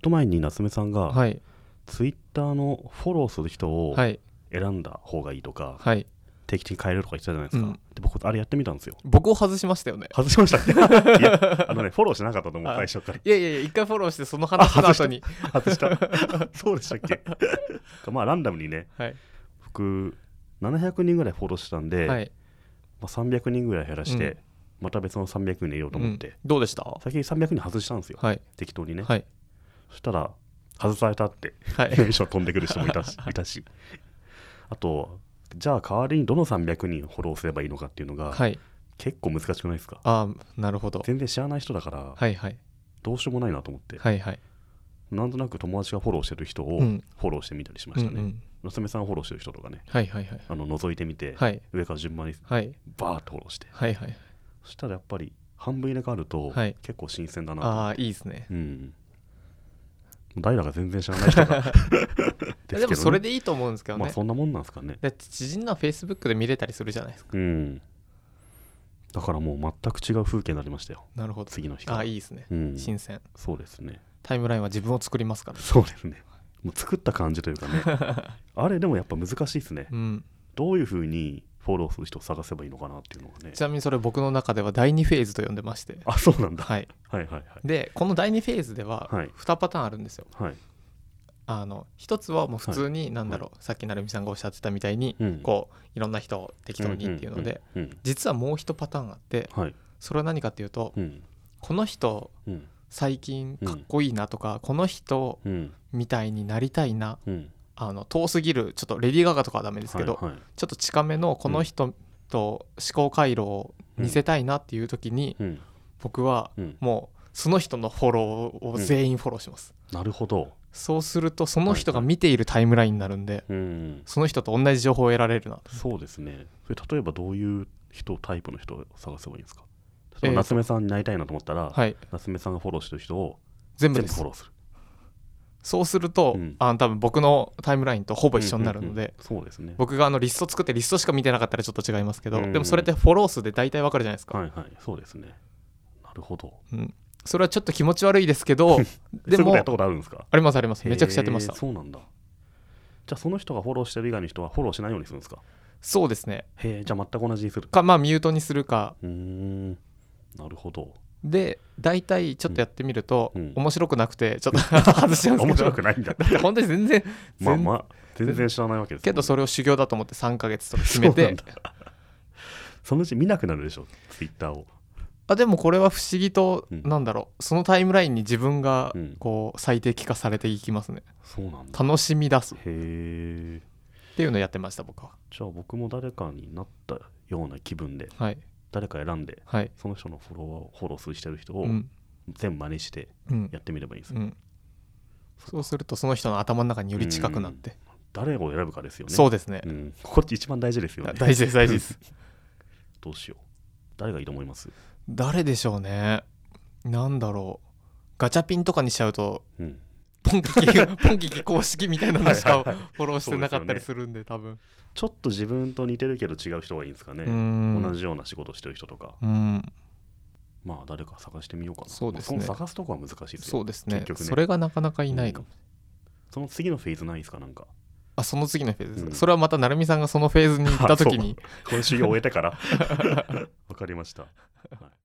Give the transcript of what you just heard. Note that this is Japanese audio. と前に夏目さんがはいツイッターのフォローする人をはい選んだ方がいいとかはい定期的に変えるとか言ってたじゃないですか、うんで僕あれやってみたんです よ僕を外しましたよね外しましたっけい やあのねフォローしなかったと思うあ最初からいやいやいや一回フォローしてその話の後に外した そうでしたっけまあランダムにねはい僕700人ぐらいフォローしてたんで、はいまあ、300人ぐらい減らして、うんまた別の300人入れようと思って、うんどうでした先に300人外したんですよ、はい適当にね、はいそしたら外されたってはテいンション飛んでくる人もいたしいたしあとじゃあ代わりにどの300人フォローすればいいのかっていうのがはい結構難しくないですか、ああなるほど全然知らない人だからはいはいどうしようもないなと思って、はいはいなんとなく友達がフォローしてる人をうんフォローしてみたりしまうしんたうね、ん娘さんをフォローしてる人とかねはいはいはいあの覗いてみて、はい上から順番にはいバーッとフォローしてはいはいそしたらやっぱり半分入れ替わるとはい結構新鮮だなと、ああいいですねうんダイラが全然知らない 人がでもそれででいいと思うんですすけけどどねまあねそんなもんなんですかねだって知人のはフェイスブックで見れたりするじゃないですかうんだからもう全く違う風景になりましたよなるほど次の日かあらあいいですねうん、新鮮そうですねタイムラインは自分を作りますからそうですねもう作った感じという かねあれでもやっぱ難しいですねうんどういうふうにフォローする人を探せばいいのかなっていうのがねちなみにそれ僕の中では第2フェーズと呼んでましてあそうなんだはいはいはいでこの第2フェーズでははい2パターンあるんですよはいはいあの一つはもう普通になんだろうさっき成美さんがおっしゃってたみたいにうんこういろんな人を適当にっていうのでうんうん実はもう1パターンあってうんはいそれは何かっていうとうんこの人うん最近かっこいいなとかこの人うんみたいになりたいなうんあの遠すぎるちょっとレディー・ガガとかはダメですけどはいはいちょっと近めのこの人と思考回路を見せたいなっていう時にうん僕はうんもうその人のフォローを全員フォローします、なるほどそうするとその人が見ているタイムラインになるんで、うんその人と同じ情報を得られるなそうですね。それ例えばどういう人、タイプの人を探せばいいんですか例ええーば夏目さんになりたいなと思ったら、はい夏目さんがフォローしてる人を全全部部でフすォローする。そうすると、うんあの多分僕のタイムラインとほぼ一緒になるうので、んうんうんそうですね。僕があのリスト作ってリストしか見てなかったらちょっと違いますけど、うんうんでもそれってフォロー数で大体わかるじゃないですか、はいはい、そうですね。なるほど。うん、それはちょっと気持ち悪いです けどでそういうこともやったことあるんですかありますありますめちゃくちゃやってましたへーそうなんだ。じゃあその人がフォローしてる以外の人はフォローしないようにするんですかそうですねへえ、じゃあ全く同じにする。かまあミュートにするかうーん、なるほど。で大体ちょっとやってみると、うんうん面白くなくてちょっと 外しちゃうんですけど面白くないんだ。だって本当に 全然まあ全まあ、全然知らないわけですもんねけどそれを修行だと思って3ヶ月とか決めそうなてんだそのうち見なくなるでしょ、ツイッターを。あでもこれは不思議と、うんなんだろうそのタイムラインに自分がうんこう最適化されていきますねそうなんだ。楽しみ出すっへえ。ていうのをやってました僕はじゃあ僕も誰かになったような気分ではい誰か選んではいその人のフォロワーをフォローするしてる人うをん全真似してうんやってみればいいんですうよ、んそうするとその人の頭の中により近くなって誰を選ぶかですよねそううですねん、ここって一番大事ですよね大事です大事ですどうしよう誰がいいと思います、誰でしょうねなんだろうガチャピンとかにしちゃうとうん、ポンキキ ポンキキ公式みたいなのしはいかはいはいフォローしてなかったりするんで多分ちょっと自分と似てるけど違う人がいいんですかうね、ん同じような仕事してる人とかうんまあ誰か探してみようかなそうですねまあその探すとこは難しいですよそうですね結局ねそれがなかなかいないかも、その次のフェーズないですかなんかあその次のフェーズです、うんそれはまた成美 さんがそのフェーズに行った時に今週終えてからわかりました、はい